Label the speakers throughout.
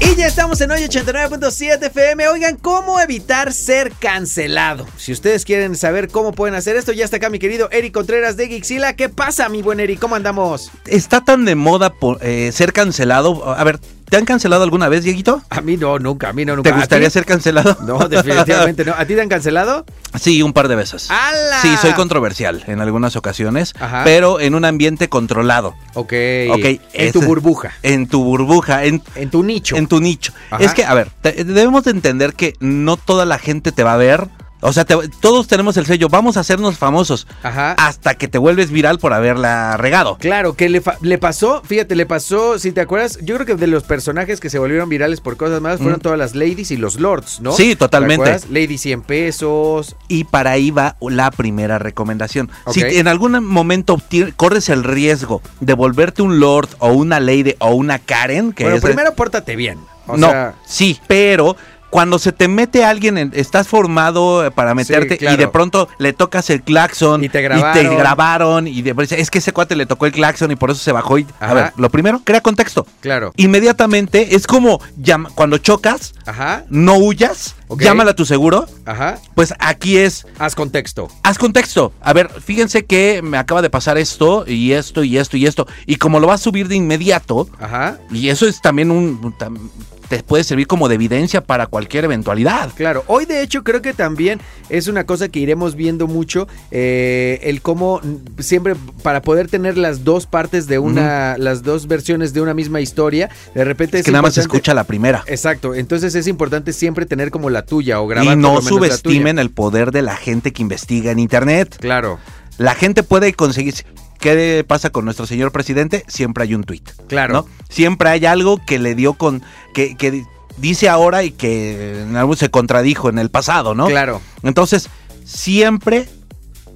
Speaker 1: Y ya estamos en hoy 89.7 FM. Oigan, ¿cómo evitar ser cancelado? Si ustedes quieren saber cómo pueden hacer esto, ya está acá mi querido Eric Contreras de Gixila. ¿Qué pasa, mi buen Eric? ¿Cómo andamos?
Speaker 2: está tan de moda por, eh, ser cancelado. A ver, ¿te han cancelado alguna vez, Dieguito?
Speaker 1: A mí no, nunca, a mí no, nunca.
Speaker 2: ¿Te gustaría
Speaker 1: ¿A ti?
Speaker 2: ser cancelado?
Speaker 1: Ah, No, definitivamente no. ¿A ti te han cancelado?
Speaker 2: Sí, un par de veces.
Speaker 1: ¡Hala!
Speaker 2: Sí, soy controversial en algunas ocasiones,
Speaker 1: Ajá.
Speaker 2: pero en un ambiente controlado.
Speaker 1: Ok.
Speaker 2: Ok,
Speaker 1: En tu
Speaker 2: ese-
Speaker 1: burbuja,
Speaker 2: En tu burbuja, en,
Speaker 1: en tu nicho.
Speaker 2: en tu nicho.
Speaker 1: Ajá.
Speaker 2: Es que, a ver, te- debemos de entender que no toda la gente te va a ver. O sea, te- todos tenemos el sello, vamos a hacernos famosos
Speaker 1: Ajá.
Speaker 2: hasta que te vuelves viral por haberla regado.
Speaker 1: Claro, que le, fa- le pasó, fíjate, le pasó, si te acuerdas, yo creo que de los personajes que se volvieron virales por cosas malas fueron
Speaker 2: Mm.
Speaker 1: todas las ladies y los lords, ¿no?
Speaker 2: Sí,
Speaker 1: ¿Te
Speaker 2: totalmente.
Speaker 1: acuerdas? Lady 100 pesos.
Speaker 2: Y para ahí va la primera recomendación.
Speaker 1: Ok.
Speaker 2: Si en algún momento obti- corres el riesgo de volverte un lord o una lady o una Karen, que
Speaker 1: bueno,
Speaker 2: es-
Speaker 1: primero pórtate bien. O
Speaker 2: no,
Speaker 1: sea,
Speaker 2: sí, pero cuando se te mete alguien, en- estás formado eh, para meterte
Speaker 1: claro.
Speaker 2: y de pronto le tocas el claxon
Speaker 1: Y te grabaron.
Speaker 2: grabaron, y de- pues, es que ese cuate le tocó el claxon y por eso se bajó y
Speaker 1: Ajá.
Speaker 2: a ver, lo primero, crea contexto.
Speaker 1: claro.
Speaker 2: Inmediatamente es como llama- cuando chocas,
Speaker 1: Ajá,
Speaker 2: no huyas,
Speaker 1: Ok.
Speaker 2: llámala a tu seguro.
Speaker 1: ajá.
Speaker 2: Pues aquí es
Speaker 1: Haz contexto.
Speaker 2: Haz contexto. A ver, fíjense que me acaba de pasar esto y esto y esto y esto. Y como lo vas a subir de inmediato,
Speaker 1: Ajá.
Speaker 2: y eso es también un... tam- te puede servir como de evidencia para cualquier eventualidad.
Speaker 1: Claro, hoy de hecho creo que también es una cosa que iremos viendo mucho, eh, el cómo mm, siempre para poder tener las dos partes de una, las dos versiones de una misma historia, de repente
Speaker 2: que nada más se
Speaker 1: importante-
Speaker 2: escucha la primera.
Speaker 1: Exacto, entonces es importante siempre tener como la tuya o grabar.
Speaker 2: Y
Speaker 1: por lo
Speaker 2: no
Speaker 1: menos la
Speaker 2: subestimen
Speaker 1: tuya.
Speaker 2: el poder de la gente que investiga en Internet.
Speaker 1: Claro,
Speaker 2: La gente puede conseguir... ¿Qué pasa con nuestro señor presidente? Siempre hay un tuit.
Speaker 1: claro.
Speaker 2: ¿no? Siempre hay algo que le dio con... Que, que dice ahora y que en algo se contradijo en el pasado, ¿no?
Speaker 1: Claro,
Speaker 2: Entonces, siempre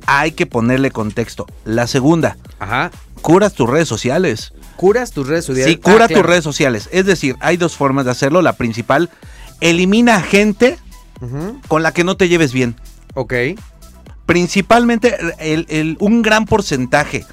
Speaker 2: hay que ponerle contexto. La segunda,
Speaker 1: ajá.
Speaker 2: curas tus redes sociales.
Speaker 1: Curas tus redes sociales.
Speaker 2: Sí, cura
Speaker 1: Ah, claro.
Speaker 2: tus redes sociales. Es decir, hay dos formas de hacerlo. La principal, elimina gente
Speaker 1: Ujú,
Speaker 2: con la que no te lleves bien.
Speaker 1: Ok,
Speaker 2: Principalmente, el- el- un gran porcentaje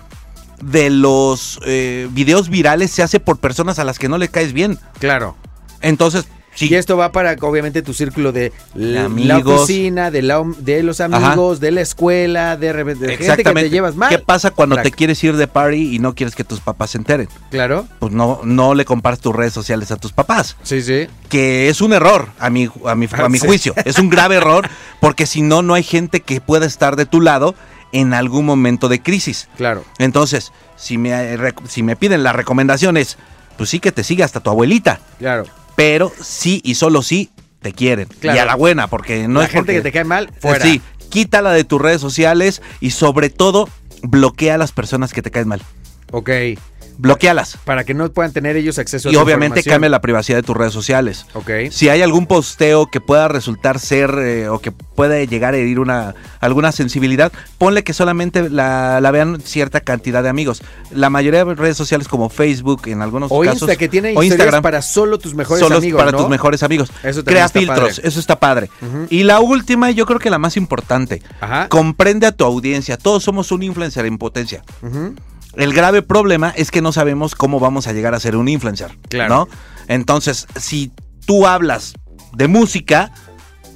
Speaker 2: de los eh, videos virales se hace por personas a las que no le caes bien.
Speaker 1: claro.
Speaker 2: Entonces, sí.
Speaker 1: Y esto va para, obviamente, tu círculo de la, la
Speaker 2: Amigos.
Speaker 1: oficina, de, la, de los amigos, de la escuela, de, re- de gente que te llevas mal.
Speaker 2: ¿Qué pasa cuando te
Speaker 1: Crack.
Speaker 2: quieres ir de party y no quieres que tus papás se enteren?
Speaker 1: Claro,
Speaker 2: pues no, no le compartes tus redes sociales a tus papás.
Speaker 1: sí, sí.
Speaker 2: Que es un error, a mi, ju- a mi, a mi
Speaker 1: Sí.
Speaker 2: juicio. Es un grave error, porque si no, no hay gente que pueda estar de tu lado en algún momento de crisis.
Speaker 1: Claro,
Speaker 2: Entonces, si me, eh, rec- si me piden las recomendaciones, pues sí que te siga hasta tu abuelita.
Speaker 1: claro.
Speaker 2: Pero sí y solo sí te quieren.
Speaker 1: Claro.
Speaker 2: Y a la buena, porque no
Speaker 1: la
Speaker 2: es
Speaker 1: gente
Speaker 2: porque-
Speaker 1: que te cae mal,
Speaker 2: eh,
Speaker 1: fuera.
Speaker 2: Sí, quítala de tus redes sociales y sobre todo, bloquea a las personas que te caen mal.
Speaker 1: Ok,
Speaker 2: Bloquealas.
Speaker 1: para que no puedan tener ellos acceso a
Speaker 2: Y
Speaker 1: tu
Speaker 2: obviamente
Speaker 1: información.
Speaker 2: cambia la privacidad de tus redes sociales.
Speaker 1: Ok.
Speaker 2: Si hay algún posteo que pueda resultar ser eh, o que puede llegar a herir una, alguna sensibilidad, ponle que solamente la, la vean cierta cantidad de amigos. La mayoría de redes sociales como Facebook, en algunos
Speaker 1: O
Speaker 2: casos,
Speaker 1: Insta, que tiene
Speaker 2: o
Speaker 1: historias
Speaker 2: Instagram,
Speaker 1: para solo tus mejores
Speaker 2: solo
Speaker 1: amigos,
Speaker 2: para
Speaker 1: ¿no?
Speaker 2: tus mejores amigos.
Speaker 1: Eso también
Speaker 2: Crea
Speaker 1: está
Speaker 2: filtros,
Speaker 1: padre.
Speaker 2: eso está padre.
Speaker 1: Ujú.
Speaker 2: Y la última, yo creo que la más importante,
Speaker 1: Ajá.
Speaker 2: comprende a tu audiencia. Todos somos un influencer en potencia.
Speaker 1: Ujú.
Speaker 2: El grave problema es que no sabemos cómo vamos a llegar a ser un influencer.
Speaker 1: Claro.
Speaker 2: ¿no? Entonces, si tú hablas de música,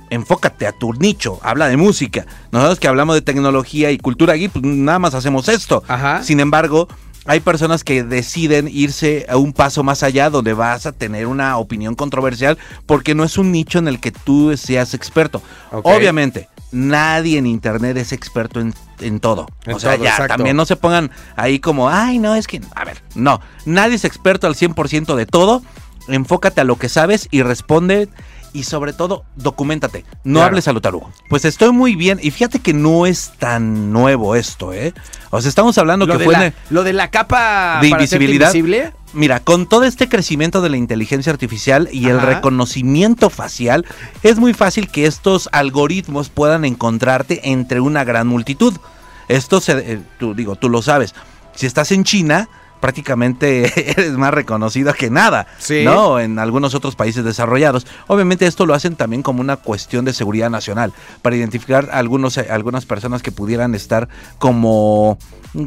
Speaker 2: enfócate a tu nicho, habla de música. Nosotros que hablamos de tecnología y cultura aquí, pues nada más hacemos esto.
Speaker 1: Ajá.
Speaker 2: Sin embargo, hay personas que deciden irse a un paso más allá donde vas a tener una opinión controversial porque no es un nicho en el que tú seas experto.
Speaker 1: Ok.
Speaker 2: Obviamente, nadie en internet es experto en, en todo.
Speaker 1: En
Speaker 2: o sea,
Speaker 1: todo,
Speaker 2: ya,
Speaker 1: exacto.
Speaker 2: también no se pongan ahí como, ay, no, es que, a ver, no, nadie es experto al 100% de todo. Enfócate a lo que sabes y responde y sobre todo, documentate. No
Speaker 1: Claro.
Speaker 2: hables a lo tarugo. Pues estoy muy bien y fíjate que no es tan nuevo esto, ¿eh? O sea, estamos hablando
Speaker 1: Lo,
Speaker 2: que
Speaker 1: de
Speaker 2: fue...
Speaker 1: la,
Speaker 2: en-
Speaker 1: lo de la capa
Speaker 2: de
Speaker 1: para hacerte
Speaker 2: invisibilidad.
Speaker 1: invisible.
Speaker 2: Mira, con todo este crecimiento de la inteligencia artificial y el
Speaker 1: Ajá.
Speaker 2: reconocimiento facial, es muy fácil que estos algoritmos puedan encontrarte entre una gran multitud. Esto se, eh, tú, digo, tú lo sabes. Si estás en China, prácticamente eres más reconocido que nada,
Speaker 1: Sí.
Speaker 2: ¿no? En algunos otros países desarrollados. Obviamente esto lo hacen también como una cuestión de seguridad nacional, para identificar algunos, eh, algunas personas que pudieran estar como,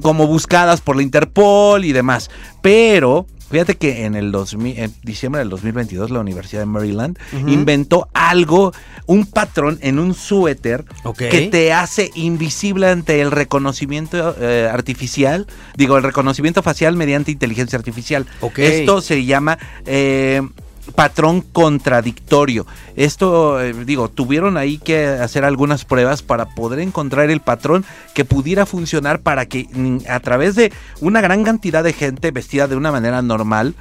Speaker 2: como buscadas por la Interpol y demás. Pero... Fíjate que en el 2000, en diciembre del 2022 la Universidad de Maryland inventó algo, un patrón en un suéter
Speaker 1: Ok.
Speaker 2: que te hace invisible ante el reconocimiento eh, artificial, digo, el reconocimiento facial mediante inteligencia artificial.
Speaker 1: Ok.
Speaker 2: Esto se llama eh, patrón contradictorio. Esto, eh, digo, tuvieron ahí que hacer algunas pruebas para poder encontrar el patrón que pudiera funcionar para que mm, a través de una gran cantidad de gente vestida de una manera normal,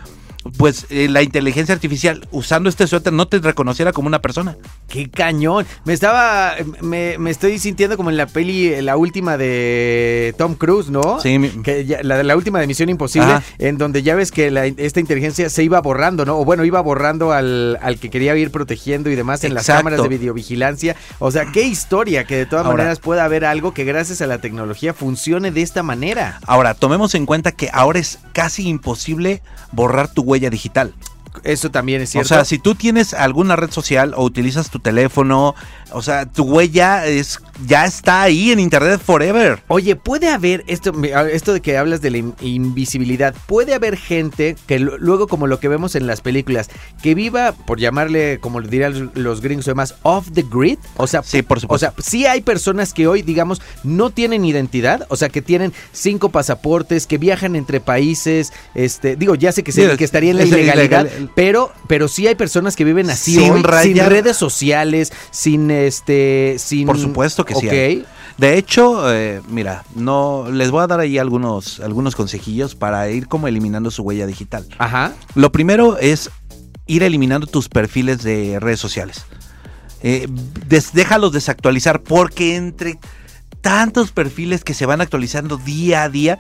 Speaker 2: pues eh, la inteligencia artificial usando este suéter no te reconociera como una persona.
Speaker 1: ¡Qué cañón! Me estaba. Me, me estoy sintiendo como en la peli, eh, la última de Tom Cruise, ¿no?
Speaker 2: Sí, mi-
Speaker 1: Que ya- la, la última de Misión Imposible,
Speaker 2: Ajá.
Speaker 1: en donde ya ves que la- esta inteligencia se iba borrando, ¿no? O bueno, iba borrando al, al que quería ir protegiendo y demás en las
Speaker 2: Exacto.
Speaker 1: cámaras de videovigilancia. O sea, qué historia que de todas
Speaker 2: Ahora-
Speaker 1: maneras pueda haber algo que gracias a la tecnología funcione de esta manera.
Speaker 2: Ahora, tomemos en cuenta que ahora es casi imposible borrar tu huella digital.
Speaker 1: Eso también es cierto.
Speaker 2: O sea, si tú tienes alguna red social o utilizas tu teléfono, o sea, tu huella es ya está ahí en internet forever.
Speaker 1: Oye, puede haber, esto, me- a- esto de que hablas de la in- invisibilidad, puede haber gente que lu- luego como lo que vemos en las películas, que viva, por llamarle, como lo dirían los gringos y demás, off the grid. O sea,
Speaker 2: Sí, por
Speaker 1: o
Speaker 2: supuesto.
Speaker 1: sea, sí hay personas que hoy, digamos, no tienen identidad, o sea, que tienen cinco pasaportes, que viajan entre países, este, digo, ya sé que, se-
Speaker 2: Sí,
Speaker 1: que estaría en la
Speaker 2: es
Speaker 1: ilegalidad,
Speaker 2: ilegal.
Speaker 1: pero, pero sí hay personas que viven así
Speaker 2: Sin
Speaker 1: hoy, sin
Speaker 2: rayar.
Speaker 1: redes sociales, sin este, sin...
Speaker 2: Por supuesto que sí
Speaker 1: Ok.
Speaker 2: hay. de hecho, eh, mira, no les voy a dar ahí algunos algunos consejillos para ir como eliminando su huella digital.
Speaker 1: Ajá.
Speaker 2: Lo primero es ir eliminando tus perfiles de redes sociales. Eh, des- déjalos desactualizar porque entre tantos perfiles que se van actualizando día a día,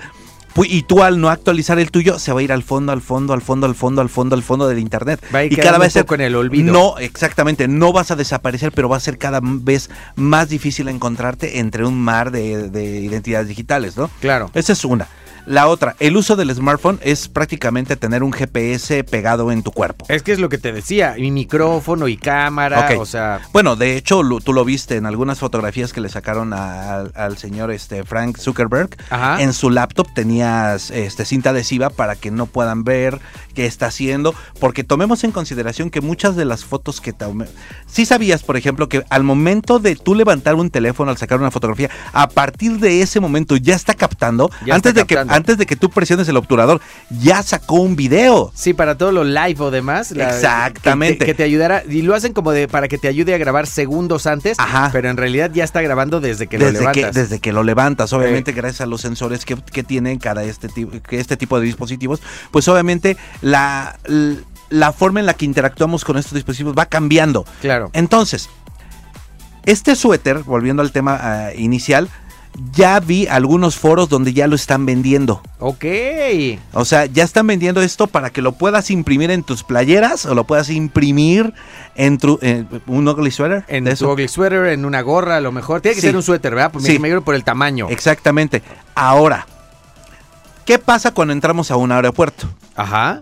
Speaker 2: pu- y tú al no actualizar el tuyo, se va a ir al fondo, al fondo, al fondo, al fondo, al fondo, al fondo del internet.
Speaker 1: Va a ir
Speaker 2: y cada vez se-
Speaker 1: con el olvido.
Speaker 2: No, exactamente, no vas a desaparecer, pero va a ser cada vez más difícil encontrarte entre un mar de, de identidades digitales, ¿no?
Speaker 1: Claro.
Speaker 2: Esa es una. La otra, el uso del smartphone es prácticamente tener un GPS pegado en tu cuerpo.
Speaker 1: Es que es lo que te decía, y micrófono y cámara,
Speaker 2: Ok.
Speaker 1: o sea,
Speaker 2: Bueno, de hecho, lo- tú lo viste en algunas fotografías que le sacaron a- al- al señor este, Frank Zuckerberg.
Speaker 1: ajá.
Speaker 2: En su laptop tenías este, cinta adhesiva para que no puedan ver qué está haciendo. Porque tomemos en consideración que muchas de las fotos que tomé. Sí sabías, por ejemplo, que al momento de tú levantar un teléfono, al sacar una fotografía, a partir de ese momento ya está captando.
Speaker 1: Ya está
Speaker 2: antes, de
Speaker 1: captando.
Speaker 2: Que, antes de que tú presiones el obturador, ya sacó un video.
Speaker 1: Sí, para todo lo live o demás. la-
Speaker 2: Exactamente.
Speaker 1: Que te, que te ayudara. Y lo hacen como de para que te ayude a grabar segundos antes.
Speaker 2: Ajá.
Speaker 1: Pero en realidad ya está grabando desde que lo
Speaker 2: desde, que,
Speaker 1: levantas.
Speaker 2: desde que lo levantas, obviamente gracias a los sensores que, que tienen cada este tipo, que este tipo de dispositivos, pues obviamente la, l- la forma en la que interactuamos con estos dispositivos va cambiando.
Speaker 1: Claro.
Speaker 2: Entonces, este suéter, volviendo al tema ah, inicial, ya vi algunos foros donde ya lo están vendiendo.
Speaker 1: Ok.
Speaker 2: O sea, ya están vendiendo esto para que lo puedas imprimir en tus playeras o lo puedas imprimir en, tu, en un ugly sweater.
Speaker 1: En
Speaker 2: de
Speaker 1: tu
Speaker 2: eso.
Speaker 1: ugly sweater, en una gorra, a lo mejor. Tiene que
Speaker 2: Sí.
Speaker 1: ser un suéter, ¿verdad? Por,
Speaker 2: Sí.
Speaker 1: me digo por el tamaño.
Speaker 2: Exactamente. Ahora, ¿qué pasa cuando entramos a un aeropuerto?
Speaker 1: Ajá.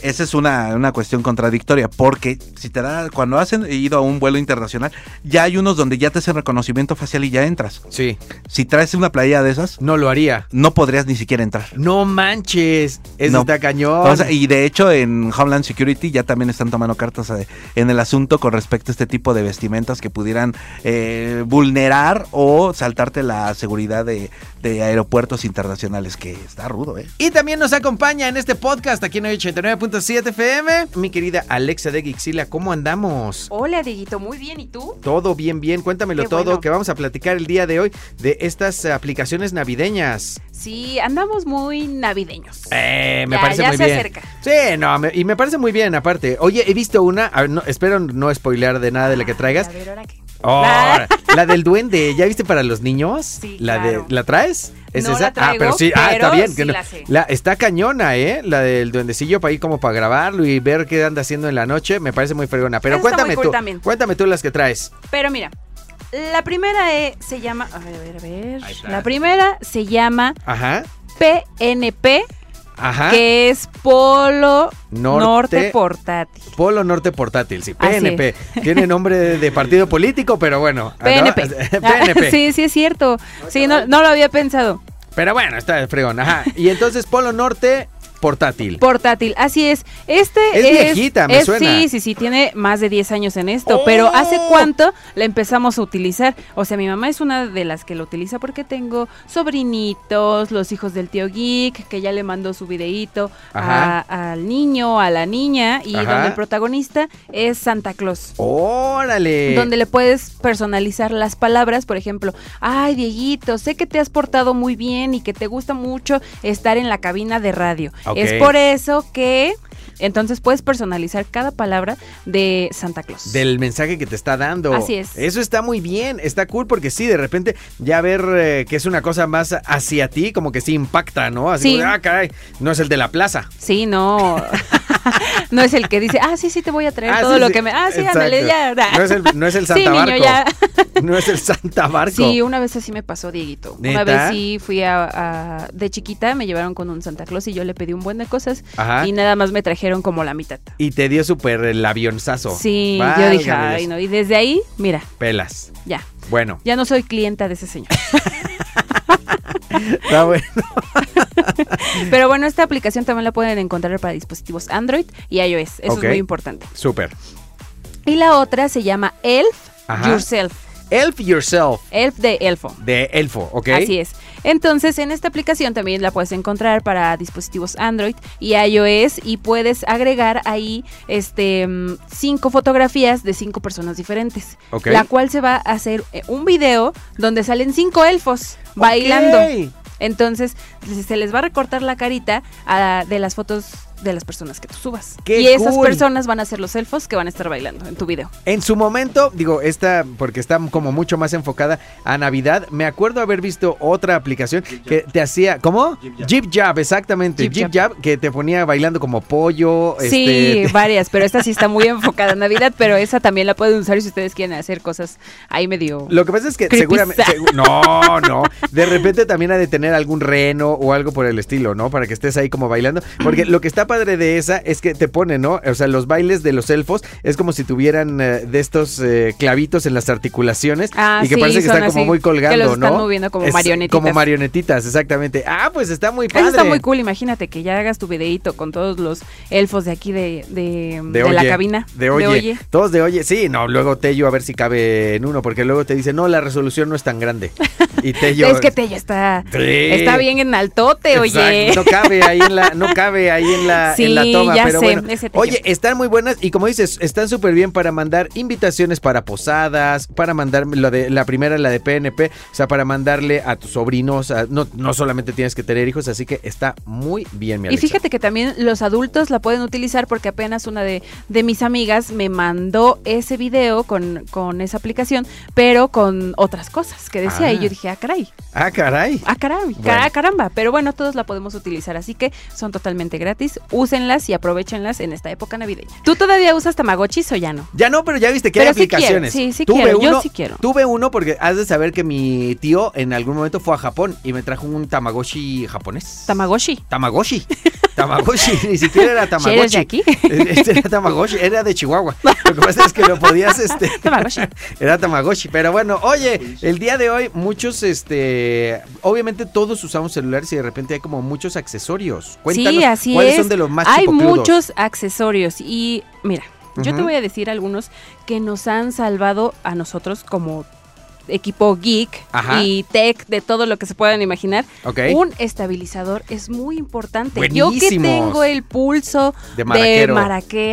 Speaker 2: Esa es una, una cuestión contradictoria, porque si te da, cuando has en- ido a un vuelo internacional, ya hay unos donde ya te hacen reconocimiento facial y ya entras.
Speaker 1: Sí.
Speaker 2: Si traes una playa de esas,
Speaker 1: No lo haría.
Speaker 2: no podrías ni siquiera entrar.
Speaker 1: No manches. Eso
Speaker 2: No.
Speaker 1: está cañón.
Speaker 2: O sea, y de hecho en Homeland Security ya también están tomando cartas eh, en el asunto con respecto a este tipo de vestimentas que pudieran eh, vulnerar o saltarte la seguridad de, de aeropuertos internacionales, que está rudo, ¿eh?
Speaker 1: Y también nos acompaña en este podcast aquí en 89.7 FM, mi querida Alexa de Gixila, ¿cómo andamos?
Speaker 3: Hola, Dieguito, muy bien. ¿Y tú?
Speaker 1: Todo bien, bien, cuéntamelo
Speaker 3: Qué
Speaker 1: todo,
Speaker 3: bueno.
Speaker 1: que vamos a platicar el día de hoy de estas aplicaciones navideñas.
Speaker 3: Sí, andamos muy navideños.
Speaker 1: Eh, me
Speaker 3: Ya-
Speaker 1: parece
Speaker 3: ya
Speaker 1: muy
Speaker 3: se
Speaker 1: bien.
Speaker 3: acerca.
Speaker 1: Sí, no, me- y me parece muy bien, aparte. Oye, he visto una, a ver, no, espero no spoilear de nada de la que traigas.
Speaker 3: A ver, ahora qué.
Speaker 1: Oh, la del duende, ¿ya viste para los niños?
Speaker 3: Sí,
Speaker 1: la
Speaker 3: claro.
Speaker 1: de ¿La traes? ¿Es
Speaker 3: No
Speaker 1: esa?
Speaker 3: la traigo,
Speaker 1: ah, pero sí, ah, está
Speaker 3: pero
Speaker 1: bien.
Speaker 3: sí
Speaker 1: que no-
Speaker 3: la sé.
Speaker 1: está cañona, ¿eh? La del duendecillo para ir como para grabarlo y ver qué anda haciendo en la noche. Me parece muy fregona. Pero
Speaker 3: Esa está
Speaker 1: cuéntame
Speaker 3: muy cool
Speaker 1: tú.
Speaker 3: también.
Speaker 1: Cuéntame tú las que traes.
Speaker 3: Pero mira, la primera eh, se llama. A ver, a ver, a ver.
Speaker 1: Ahí está.
Speaker 3: La primera se llama
Speaker 1: Ajá.
Speaker 3: PNP,
Speaker 1: Ajá.
Speaker 3: que es Polo
Speaker 1: Ah. Norte-
Speaker 3: Norte, Portátil.
Speaker 1: Polo Norte Portátil, sí.
Speaker 3: Así
Speaker 1: PNP. Tiene nombre de, de partido político, pero bueno. Ah, ¿no?
Speaker 3: PNP.
Speaker 1: PNP.
Speaker 3: Ah, sí, sí, es cierto.
Speaker 1: Ah,
Speaker 3: Sí, no, no lo había pensado.
Speaker 1: Pero bueno, está de fregón. Ajá. Y entonces Polo Norte Portátil.
Speaker 3: Portátil, así es. Este
Speaker 1: Es
Speaker 3: es.
Speaker 1: viejita, me suena. Oh.
Speaker 3: Sí, sí, sí, tiene más de 10 años en esto. Pero ¿hace cuánto la empezamos a utilizar? O sea, mi mamá es una de las que lo utiliza porque tengo sobrinitos, los hijos del tío Geek, que ya le mandó su videíto a- al niño, a la niña, y
Speaker 1: Ajá.
Speaker 3: donde el protagonista es Santa Claus.
Speaker 1: Órale.
Speaker 3: Donde le puedes personalizar las palabras, por ejemplo, ay Dieguito, sé que te has portado muy bien y que te gusta mucho estar en la cabina de radio.
Speaker 1: Ok.
Speaker 3: Es por eso que entonces puedes personalizar cada palabra de Santa Claus.
Speaker 1: del mensaje que te está dando.
Speaker 3: Así es.
Speaker 1: Eso está muy bien, está cool porque sí, de repente ya ver eh, que es una cosa más hacia ti, como que sí impacta, ¿no? Así
Speaker 3: Sí.
Speaker 1: como, ah, caray, no es el de la plaza.
Speaker 3: Sí, no. no es el que dice, ah, sí, sí, te voy a traer
Speaker 1: Ah,
Speaker 3: todo
Speaker 1: sí,
Speaker 3: lo
Speaker 1: sí.
Speaker 3: que me. Ah, sí,
Speaker 1: Exacto.
Speaker 3: ándale, ya.
Speaker 1: No es el, no es el
Speaker 3: Sí,
Speaker 1: Santa
Speaker 3: niño,
Speaker 1: Barco.
Speaker 3: ya.
Speaker 1: No es el Santa Barco.
Speaker 3: Sí, una vez así me pasó, Dieguito.
Speaker 1: ¿Neta?
Speaker 3: Una vez sí fui a, a- De chiquita me llevaron con un Santa Claus y yo le pedí un buen de cosas
Speaker 1: Ajá.
Speaker 3: y
Speaker 1: Y,
Speaker 3: nada más me trajeron como la mitad.
Speaker 1: te dio súper el avionzazo.
Speaker 3: Sí, yo
Speaker 1: Válgame
Speaker 3: dije, ay,
Speaker 1: Dios.
Speaker 3: no. Y desde ahí, mira,
Speaker 1: Pelas.
Speaker 3: ya.
Speaker 1: Bueno,
Speaker 3: Ya no soy clienta de ese señor.
Speaker 1: está bueno.
Speaker 3: Pero bueno, esta aplicación también la pueden encontrar para dispositivos Android y iOS. Eso
Speaker 1: Ok.
Speaker 3: es muy importante.
Speaker 1: Súper.
Speaker 3: Y la otra se llama Elf
Speaker 1: Ajá.
Speaker 3: Yourself.
Speaker 1: Elf yourself.
Speaker 3: Elf de Elfo.
Speaker 1: De elfo, ¿ok?
Speaker 3: Así es. Entonces, en esta aplicación también la puedes encontrar para dispositivos Android y iOS y puedes agregar ahí este mm, cinco fotografías de cinco personas diferentes,
Speaker 1: Ok.
Speaker 3: la cual se va a hacer eh, un video donde salen cinco elfos bailando.
Speaker 1: Ok.
Speaker 3: Entonces se les va a recortar la carita a- de las fotos de las personas que tú subas.
Speaker 1: ¡Qué
Speaker 3: y esas
Speaker 1: cool!
Speaker 3: personas van a ser los elfos que van a estar bailando en tu video.
Speaker 1: En su momento, digo, esta, porque está como mucho más enfocada a Navidad, me acuerdo haber visto otra aplicación que te hacía, ¿cómo? Jeep Jab, exactamente.
Speaker 3: Jib
Speaker 1: Jeep Jab, que te ponía bailando como pollo.
Speaker 3: Sí,
Speaker 1: este,
Speaker 3: varias, pero esta sí está muy enfocada en Navidad, pero esa también la pueden usar si ustedes quieren hacer cosas ahí medio...
Speaker 1: Lo que pasa es que
Speaker 3: Creepy
Speaker 1: seguramente...
Speaker 3: sa-
Speaker 1: segu- no, no. De repente también ha de tener algún reno o algo por el estilo, ¿no? Para que estés ahí como bailando. Porque lo que está padre de esa es que te pone, ¿no? O sea, los bailes de los elfos es como si tuvieran eh, de estos eh, clavitos en las articulaciones.
Speaker 3: Ah,
Speaker 1: y que
Speaker 3: sí,
Speaker 1: parece que
Speaker 3: son
Speaker 1: están como
Speaker 3: así,
Speaker 1: muy colgando,
Speaker 3: que los están
Speaker 1: ¿no?
Speaker 3: moviendo como
Speaker 1: Es-
Speaker 3: marionetitas.
Speaker 1: Como marionetitas, exactamente. Ah, pues está muy
Speaker 3: Eso
Speaker 1: padre.
Speaker 3: está muy cool, imagínate que ya hagas tu videíto con todos los elfos de aquí de, de-
Speaker 1: De,
Speaker 3: de la
Speaker 1: oye,
Speaker 3: cabina.
Speaker 1: De oye, Todos de oye. Sí, no, luego Tello a ver si cabe en uno, porque luego te dice, no, la resolución no es tan grande. Y Tello.
Speaker 3: Es que Tello está,
Speaker 1: Sí.
Speaker 3: está bien en altote, oye.
Speaker 1: Exacto, No cabe ahí en la, no cabe ahí en la,
Speaker 3: Sí,
Speaker 1: en la toma,
Speaker 3: ya
Speaker 1: pero
Speaker 3: sé,
Speaker 1: bueno.
Speaker 3: ese Tello.
Speaker 1: Oye, están muy buenas y como dices, están súper bien para mandar invitaciones para posadas, para mandar la de la primera, la de PNP, o sea, para mandarle a tus sobrinos, a- no, no solamente tienes que tener hijos, así que está muy bien, mi
Speaker 3: Y
Speaker 1: Alexa.
Speaker 3: fíjate que también los adultos la pueden utilizar porque apenas una de, de mis amigas me mandó ese video con, con esa aplicación, pero con otras cosas que decía.
Speaker 1: Ah.
Speaker 3: Y yo dije, ah, caray,
Speaker 1: Ah, caray.
Speaker 3: ah, caray,
Speaker 1: Bueno.
Speaker 3: cara- caramba. Pero bueno, todos la podemos utilizar, así que son totalmente gratis. Úsenlas y aprovechenlas en esta época navideña. ¿Tú todavía usas tamagotchis o ya no?
Speaker 1: Ya no, pero ya viste que hay
Speaker 3: Pero sí
Speaker 1: aplicaciones.
Speaker 3: quiero, sí, sí quiero, yo sí quiero.
Speaker 1: Tuve uno porque has de saber que mi tío en algún momento fue a Japón y me trajo un Tamagotchi japonés.
Speaker 3: Tamagotchi.
Speaker 1: Tamagotchi. Tamagotchi. Ni siquiera era
Speaker 3: ¿Sí ¿Eres
Speaker 1: Tamagotchi.
Speaker 3: de aquí?
Speaker 1: Este era Tamagotchi, era de Chihuahua. Lo que pasa es que lo podías, este.
Speaker 3: Tamagotchi.
Speaker 1: Era Tamagotchi. Pero bueno, oye, el día de hoy, muchos, este. Obviamente todos usamos celulares y de repente hay como muchos accesorios. Cuéntanos
Speaker 3: sí, así
Speaker 1: cuáles
Speaker 3: es.
Speaker 1: son de los más
Speaker 3: Hay
Speaker 1: chipocludos.
Speaker 3: muchos accesorios y mira, yo te
Speaker 1: Ujú.
Speaker 3: voy a decir algunos que nos han salvado a nosotros como equipo geek
Speaker 1: Ajá.
Speaker 3: y tech de todo lo que se puedan imaginar.
Speaker 1: Ok.
Speaker 3: Un estabilizador es muy importante. Yo que
Speaker 1: Buenísimos.
Speaker 3: tengo el pulso
Speaker 1: De
Speaker 3: de
Speaker 1: maraquero.
Speaker 3: maraquera,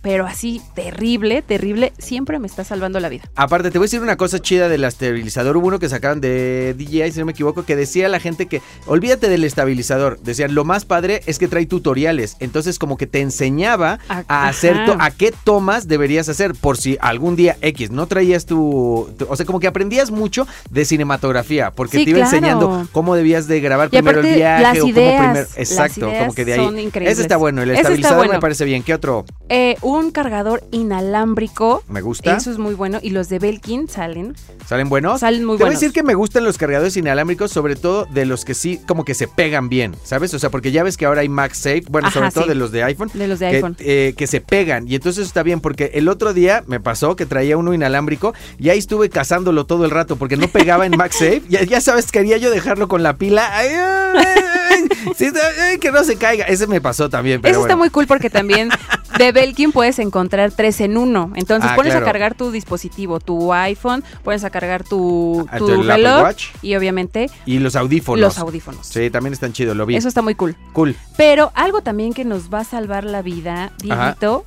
Speaker 3: pero así terrible, terrible, siempre me está salvando la vida.
Speaker 1: Aparte, te voy a decir una cosa chida del estabilizador. Hubo uno que sacaron de DJI, si no me equivoco, que decía a la gente que olvídate del estabilizador. Decían, lo más padre es que trae tutoriales. Entonces, como que te enseñaba
Speaker 3: A-
Speaker 1: a hacer to-
Speaker 3: ajá.
Speaker 1: a qué tomas deberías hacer por si algún día X no traías tu, tu- O sea, como que aprendías mucho de cinematografía, porque
Speaker 3: Sí,
Speaker 1: te iba
Speaker 3: claro.
Speaker 1: enseñando cómo debías de grabar
Speaker 3: Y
Speaker 1: primero el
Speaker 3: aparte,
Speaker 1: viaje
Speaker 3: las
Speaker 1: o cómo
Speaker 3: ideas,
Speaker 1: primero.
Speaker 3: las
Speaker 1: Exacto, como
Speaker 3: ideas
Speaker 1: que de ahí.
Speaker 3: son increíbles.
Speaker 1: Ese está bueno, el
Speaker 3: Ese está
Speaker 1: estabilizador me
Speaker 3: bueno.
Speaker 1: parece bien. ¿Qué otro?
Speaker 3: Eh, un cargador inalámbrico.
Speaker 1: Me gusta.
Speaker 3: Eso es muy bueno. Y los de Belkin salen.
Speaker 1: ¿Salen buenos?
Speaker 3: Salen muy
Speaker 1: Te voy a
Speaker 3: buenos.
Speaker 1: decir que me gustan los cargadores inalámbricos, sobre todo de los que sí, como que se pegan bien, ¿sabes? O sea, porque ya ves que ahora hay MagSafe, bueno,
Speaker 3: Ajá,
Speaker 1: sobre todo
Speaker 3: sí.
Speaker 1: de los de iPhone,
Speaker 3: De los de
Speaker 1: que,
Speaker 3: iPhone.
Speaker 1: eh, que se pegan. Y entonces está bien, porque el otro día me pasó que traía uno inalámbrico y ahí estuve cazándolo todo el rato porque no pegaba en MagSafe. ya, ya sabes, quería yo dejarlo con la pila. Ay, ay, ay, ay, sí, ay, que no se caiga. Ese me pasó también. Pero
Speaker 3: Eso está
Speaker 1: bueno.
Speaker 3: muy cool porque también de Belkin puedes encontrar tres en uno. Entonces
Speaker 1: Ah,
Speaker 3: pones
Speaker 1: claro.
Speaker 3: a cargar tu dispositivo, tu iPhone, pones a cargar tu,
Speaker 1: Ah,
Speaker 3: tu
Speaker 1: el Apple
Speaker 3: reloj
Speaker 1: Watch.
Speaker 3: y obviamente
Speaker 1: Y los audífonos.
Speaker 3: los audífonos.
Speaker 1: Sí, también están chidos, lo vi.
Speaker 3: Eso está muy cool.
Speaker 1: Cool.
Speaker 3: Pero algo también que nos va a salvar la vida, Dieguito,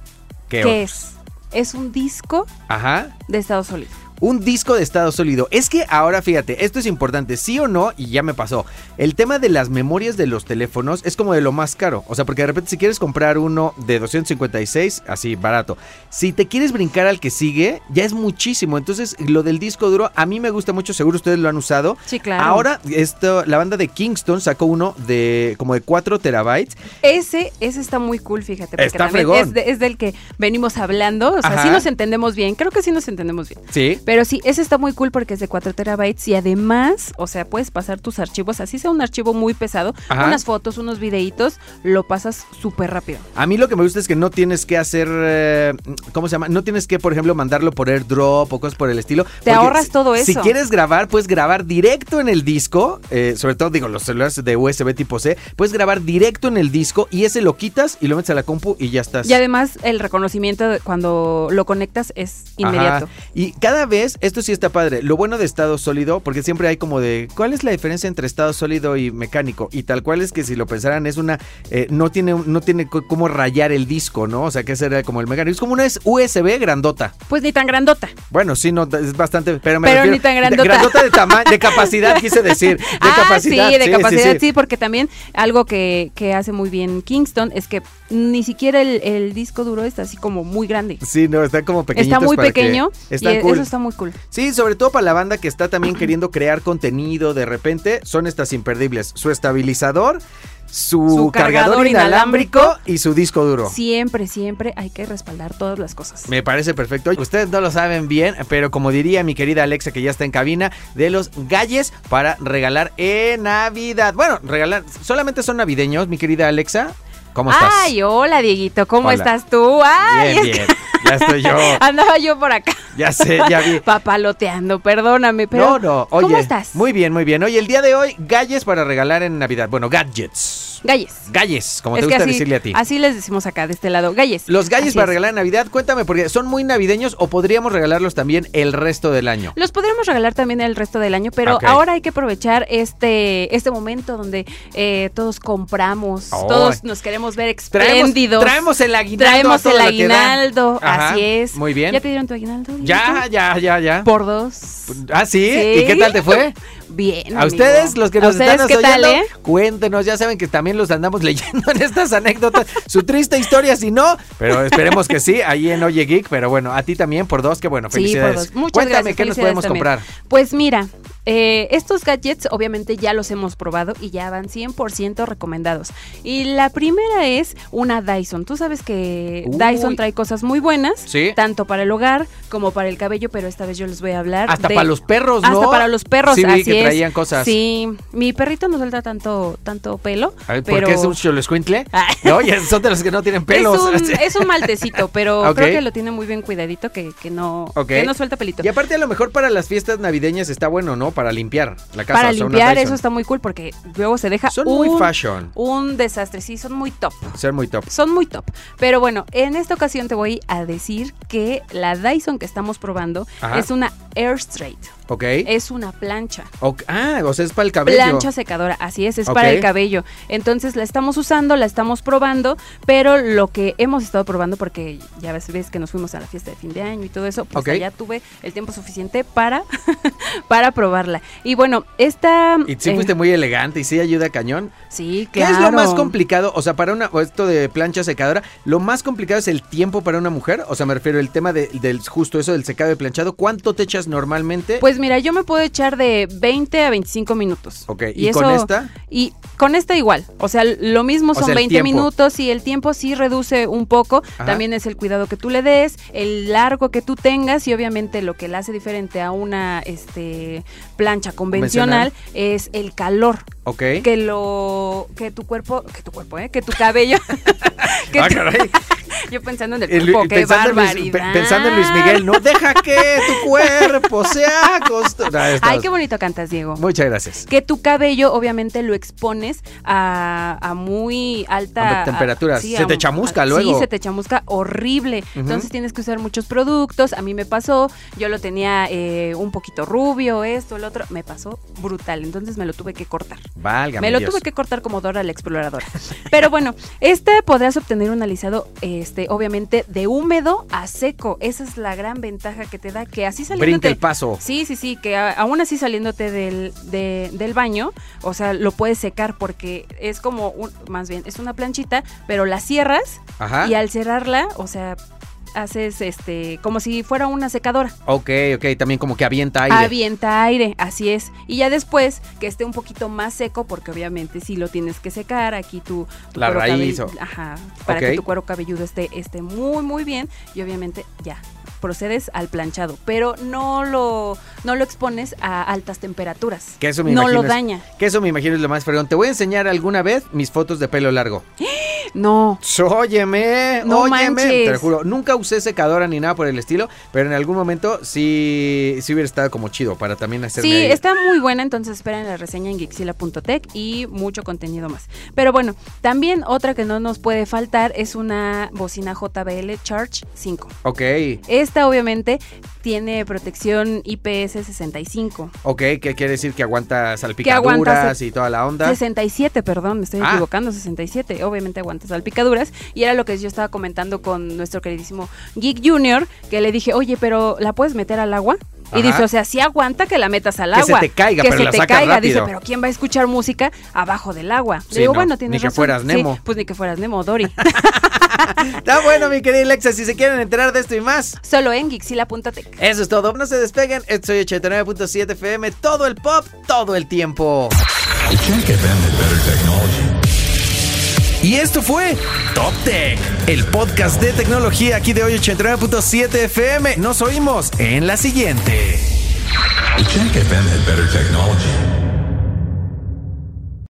Speaker 1: ¿Qué,
Speaker 3: que
Speaker 1: otro?
Speaker 3: es, es un disco
Speaker 1: Ajá.
Speaker 3: de estado sólido.
Speaker 1: Un disco de estado sólido. Es que ahora fíjate, esto es importante, sí o no, y ya me pasó. El tema de las memorias de los teléfonos es como de lo más caro. O sea, porque de repente si quieres comprar uno de 256, así barato. Si te quieres brincar al que sigue, ya es muchísimo. Entonces, lo del disco duro, a mí me gusta mucho, seguro ustedes lo han usado.
Speaker 3: Sí, claro.
Speaker 1: Ahora, esto, la banda de Kingston sacó uno de como de 4 terabytes.
Speaker 3: Ese, ese está muy cool, fíjate. Porque
Speaker 1: Está
Speaker 3: también
Speaker 1: fregón.
Speaker 3: es, de- es del que venimos hablando. O sea,
Speaker 1: Ajá.
Speaker 3: sí nos entendemos bien. Creo que sí nos entendemos bien.
Speaker 1: Sí.
Speaker 3: Pero sí, ese está muy cool porque es de 4 terabytes y además, o sea, puedes pasar tus archivos, así sea un archivo muy pesado,
Speaker 1: Ajá.
Speaker 3: unas fotos, unos videitos, lo pasas súper rápido.
Speaker 1: A mí lo que me gusta es que no tienes que hacer, eh, ¿cómo se llama? No tienes que, por ejemplo, mandarlo por airdrop o cosas por el estilo. Porque
Speaker 3: ahorras
Speaker 1: si-
Speaker 3: todo
Speaker 1: Si
Speaker 3: eso.
Speaker 1: quieres grabar, puedes grabar directo en el disco, eh, sobre todo, digo, los celulares de USB tipo C, puedes grabar directo en el disco y ese lo quitas y lo metes a la compu y ya estás.
Speaker 3: Y además el reconocimiento de cuando lo conectas es
Speaker 1: Ajá.
Speaker 3: inmediato.
Speaker 1: Y cada vez, esto sí está padre, lo bueno de estado sólido, porque siempre hay como de, ¿cuál es la diferencia entre estado sólido y mecánico? Y tal cual es que si lo pensaran es una, eh, no tiene no tiene co- cómo rayar el disco, ¿no? O sea, que será como el mecánico. Es como una USB grandota.
Speaker 3: Pues ni tan grandota.
Speaker 1: Bueno, sí, no, es bastante, pero me
Speaker 3: Pero
Speaker 1: refiero-
Speaker 3: ni tan
Speaker 1: de-
Speaker 3: grandota.
Speaker 1: grandota de tamaño, de capacidad quise decir. De
Speaker 3: ah,
Speaker 1: capacidad,
Speaker 3: sí, de
Speaker 1: sí, sí,
Speaker 3: capacidad, sí,
Speaker 1: sí.
Speaker 3: porque también algo que, que hace muy bien Kingston es que ni siquiera el, el disco duro está así como muy grande.
Speaker 1: Sí, no, está como pequeño.
Speaker 3: Está muy pequeño
Speaker 1: Está
Speaker 3: y e-
Speaker 1: cool.
Speaker 3: eso está muy cool.
Speaker 1: Sí, sobre todo para la banda que está también queriendo crear contenido de repente, son estas imperdibles. Su estabilizador, su, cargador,
Speaker 3: Su cargador
Speaker 1: inalámbrico,
Speaker 3: inalámbrico
Speaker 1: y su disco duro.
Speaker 3: Siempre, siempre hay que respaldar todas las cosas.
Speaker 1: Me parece perfecto. Ustedes no lo saben bien, pero como diría mi querida Alexa que ya está en cabina, de los galles para regalar en Navidad. Bueno, regalar, solamente son navideños, mi querida Alexa. ¿Cómo estás?
Speaker 3: Ay, hola Dieguito, ¿cómo
Speaker 1: Hola.
Speaker 3: estás tú? Ay,
Speaker 1: bien,
Speaker 3: es que
Speaker 1: bien. Ya estoy yo.
Speaker 3: andaba yo por acá
Speaker 1: Ya sé, ya vi.
Speaker 3: papaloteando, perdóname,
Speaker 1: no,
Speaker 3: pero
Speaker 1: no, oye.
Speaker 3: ¿cómo estás?
Speaker 1: Muy bien, muy bien. Oye, el día de hoy, galles para regalar en Navidad. Bueno, gadgets.
Speaker 3: galles.
Speaker 1: Galles, como
Speaker 3: es
Speaker 1: te
Speaker 3: que
Speaker 1: gusta
Speaker 3: así,
Speaker 1: decirle a ti.
Speaker 3: así les decimos acá de este lado, galles.
Speaker 1: Los galles
Speaker 3: Así
Speaker 1: para
Speaker 3: es.
Speaker 1: regalar en Navidad, cuéntame, porque son muy navideños o podríamos regalarlos también el resto del año.
Speaker 3: Los podremos regalar también el resto del año, pero
Speaker 1: Ok.
Speaker 3: ahora hay que aprovechar este, este momento donde eh, todos compramos,
Speaker 1: Ay.
Speaker 3: todos nos queremos ver
Speaker 1: Traemos,
Speaker 3: espléndidos.
Speaker 1: traemos el aguinaldo.
Speaker 3: Traemos
Speaker 1: a todo
Speaker 3: el
Speaker 1: lo que da.
Speaker 3: aguinaldo,
Speaker 1: Ajá,
Speaker 3: así es.
Speaker 1: Muy bien.
Speaker 3: ¿Ya te dieron tu aguinaldo?
Speaker 1: Ya,
Speaker 3: Dieguito?
Speaker 1: ya, ya, ya.
Speaker 3: Por dos.
Speaker 1: ¿Ah, sí?
Speaker 3: Sí.
Speaker 1: ¿Y qué tal te fue?
Speaker 3: Bien.
Speaker 1: A
Speaker 3: amigo.
Speaker 1: ustedes, los que
Speaker 3: ¿A
Speaker 1: nos
Speaker 3: ustedes
Speaker 1: están
Speaker 3: ¿qué tal,
Speaker 1: oyendo,
Speaker 3: eh?
Speaker 1: cuéntenos, ya saben que también los andamos leyendo en estas anécdotas, su triste historia, si no, pero esperemos que sí, ahí en Oye Geek, pero bueno, a ti también por dos, que bueno,
Speaker 3: Sí, por
Speaker 1: felicidades.
Speaker 3: dos. Muchas
Speaker 1: Cuéntame
Speaker 3: gracias,
Speaker 1: qué nos
Speaker 3: felicidades
Speaker 1: podemos
Speaker 3: también.
Speaker 1: comprar.
Speaker 3: Pues mira, eh, estos gadgets obviamente ya los hemos probado y ya van 100% recomendados. Y la primera es una Dyson. Tú sabes que
Speaker 1: Uy.
Speaker 3: Dyson trae cosas muy buenas,
Speaker 1: Sí.
Speaker 3: tanto para el hogar como para el cabello, pero esta vez yo les voy a hablar
Speaker 1: Hasta
Speaker 3: Ah, de-
Speaker 1: para los perros, ¿no?
Speaker 3: hasta para los perros,
Speaker 1: Sí, vi
Speaker 3: así
Speaker 1: que
Speaker 3: es.
Speaker 1: traían cosas.
Speaker 3: Sí, mi perrito no suelta tanto tanto pelo,
Speaker 1: A ver, ¿Por
Speaker 3: pero
Speaker 1: qué es un cholescuintle?
Speaker 3: Ah.
Speaker 1: No, Oye, son de los que no tienen pelos.
Speaker 3: Es un, es un maltecito, pero
Speaker 1: Ok.
Speaker 3: creo que lo tiene muy bien cuidadito, que, que no
Speaker 1: Ok.
Speaker 3: que no suelta pelito.
Speaker 1: Y aparte a lo mejor para las fiestas navideñas está bueno, ¿no? Para limpiar la casa.
Speaker 3: para
Speaker 1: o sea, una
Speaker 3: limpiar, eso
Speaker 1: Dyson.
Speaker 3: está muy cool porque luego se deja
Speaker 1: Son
Speaker 3: un,
Speaker 1: muy fashion,
Speaker 3: un desastre. Sí, son muy top.
Speaker 1: ser muy top.
Speaker 3: Son muy top. Pero bueno, en esta ocasión te voy a decir que la Dyson que estamos probando
Speaker 1: Ajá.
Speaker 3: es una Air Straight.
Speaker 1: ¿Ok?
Speaker 3: Es una plancha.
Speaker 1: Ok, Ah, o sea, es para el cabello.
Speaker 3: Plancha secadora, así es, es para
Speaker 1: Ok.
Speaker 3: el cabello. Entonces la estamos usando, la estamos probando, pero lo que hemos estado probando, porque ya ves, ves que nos fuimos a la fiesta de fin de año y todo eso, pues
Speaker 1: Ok.
Speaker 3: ya tuve el tiempo suficiente para, para probar usarla. Y bueno, esta...
Speaker 1: Y sí
Speaker 3: eh,
Speaker 1: fuiste muy elegante y sí ayuda cañón.
Speaker 3: sí,
Speaker 1: ¿Qué
Speaker 3: claro.
Speaker 1: es lo más complicado? O sea, para una, o esto de plancha secadora, lo más complicado es el tiempo para una mujer. O sea, me refiero al tema de- del justo eso del secado de planchado. ¿Cuánto te echas normalmente?
Speaker 3: Pues mira, yo me puedo echar de 20 a 25 minutos.
Speaker 1: ok, ¿y, con
Speaker 3: eso-
Speaker 1: esta?
Speaker 3: Y con esta igual, o sea, lo mismo
Speaker 1: O
Speaker 3: son
Speaker 1: sea, el
Speaker 3: 20
Speaker 1: tiempo.
Speaker 3: minutos y el tiempo sí reduce un poco,
Speaker 1: Ajá.
Speaker 3: también es el cuidado que tú le des, el largo que tú tengas y obviamente lo que la hace diferente a una este, plancha convencional, es el calor
Speaker 1: Ok.
Speaker 3: que lo que tu cuerpo, que tu cuerpo, ¿eh? que tu cabello, que
Speaker 1: Ah,
Speaker 3: tu-
Speaker 1: caray.
Speaker 3: yo pensando en el
Speaker 1: Eh, Lu-
Speaker 3: cuerpo, qué
Speaker 1: pensando, en Luis-
Speaker 3: barbaridad.
Speaker 1: pe- pensando en Luis Miguel, ¿no? Deja que tu cuerpo sea acostumbrado.
Speaker 3: Ay, qué bonito cantas, Diego.
Speaker 1: Muchas gracias.
Speaker 3: que tu cabello obviamente lo expones a, a muy alta
Speaker 1: A temperaturas. Se te chamusca luego.
Speaker 3: Sí, se te chamusca horrible. Entonces tienes que usar muchos productos. A mí me pasó, yo lo tenía eh, un poquito rubio, esto, el otro, me pasó brutal. Entonces me lo tuve que cortar.
Speaker 1: Válgame
Speaker 3: Me lo
Speaker 1: Dios.
Speaker 3: tuve que cortar como Dora la exploradora. Pero bueno, este podrás obtener un alisado, este, obviamente, de húmedo a seco. Esa es la gran ventaja que te da, que así
Speaker 1: Brinca
Speaker 3: saliéndote.
Speaker 1: el paso.
Speaker 3: Sí, sí, sí, que a- aún así saliéndote del, de- del baño, o sea, lo puedes secar porque es como, un- más bien, es una planchita, pero la cierras
Speaker 1: Ajá.
Speaker 3: y al cerrarla, o sea, haces este, como si fuera una secadora.
Speaker 1: Ok, ok. También como que avienta aire.
Speaker 3: Avienta aire, así es. Y ya después que esté un poquito más seco, porque obviamente sí lo tienes que secar, aquí tu, tu
Speaker 1: La
Speaker 3: cabell-
Speaker 1: raíz o-
Speaker 3: Ajá, para
Speaker 1: Ok.
Speaker 3: que tu cuero cabelludo esté, esté muy, muy bien. Y obviamente ya, procedes al planchado, pero no lo, no lo expones a altas temperaturas.
Speaker 1: Que eso me
Speaker 3: no
Speaker 1: imagino
Speaker 3: lo
Speaker 1: es-
Speaker 3: daña.
Speaker 1: Que eso me imagino es lo más fregón. Te voy a enseñar alguna vez mis fotos de pelo largo.
Speaker 3: No.
Speaker 1: Óyeme,
Speaker 3: No
Speaker 1: óyeme. Te lo
Speaker 3: manches.
Speaker 1: juro, nunca usé secadora ni nada por el estilo, pero en algún momento sí, sí hubiera estado como chido para también hacerme.
Speaker 3: Sí,
Speaker 1: ahí.
Speaker 3: está muy buena, entonces esperen la reseña en gixila.tech y mucho contenido más. Pero bueno, también otra que no nos puede faltar es una bocina JBL Charge 5.
Speaker 1: Ok,
Speaker 3: Esta obviamente tiene protección IPS65.
Speaker 1: ok, ¿qué quiere decir? Que aguanta
Speaker 3: aguanta
Speaker 1: salpicaduras
Speaker 3: se-
Speaker 1: y toda la onda.
Speaker 3: 67, perdón, me estoy
Speaker 1: Ah.
Speaker 3: equivocando, 67. Obviamente aguanta salpicaduras. Y era lo que yo estaba comentando con nuestro queridísimo Geek Junior, que le dije, oye, pero ¿la puedes meter al agua? Y
Speaker 1: Ajá.
Speaker 3: dice, o sea, sí aguanta que la metas al
Speaker 1: Que se
Speaker 3: agua.
Speaker 1: te caiga,
Speaker 3: que
Speaker 1: pero
Speaker 3: se
Speaker 1: la
Speaker 3: te
Speaker 1: saca
Speaker 3: caiga.
Speaker 1: rápido.
Speaker 3: Dice, pero ¿quién va a escuchar música abajo del agua?
Speaker 1: Sí,
Speaker 3: Le digo,
Speaker 1: no,
Speaker 3: bueno, tienes
Speaker 1: ni que
Speaker 3: razón.
Speaker 1: fueras
Speaker 3: Sí,
Speaker 1: Nemo.
Speaker 3: pues ni que fueras Nemo, Dory.
Speaker 1: Está bueno, mi querida Alexa, si se quieren enterar de esto y más.
Speaker 3: Solo en Gixila.tec.
Speaker 1: Eso es todo, no se despeguen. Esto es 89.7 FM, todo el pop, todo el tiempo.
Speaker 4: Y esto fue Top Tech, el podcast de tecnología aquí de hoy 89.7 FM. Nos oímos en la siguiente.
Speaker 5: Jack FM had better technology.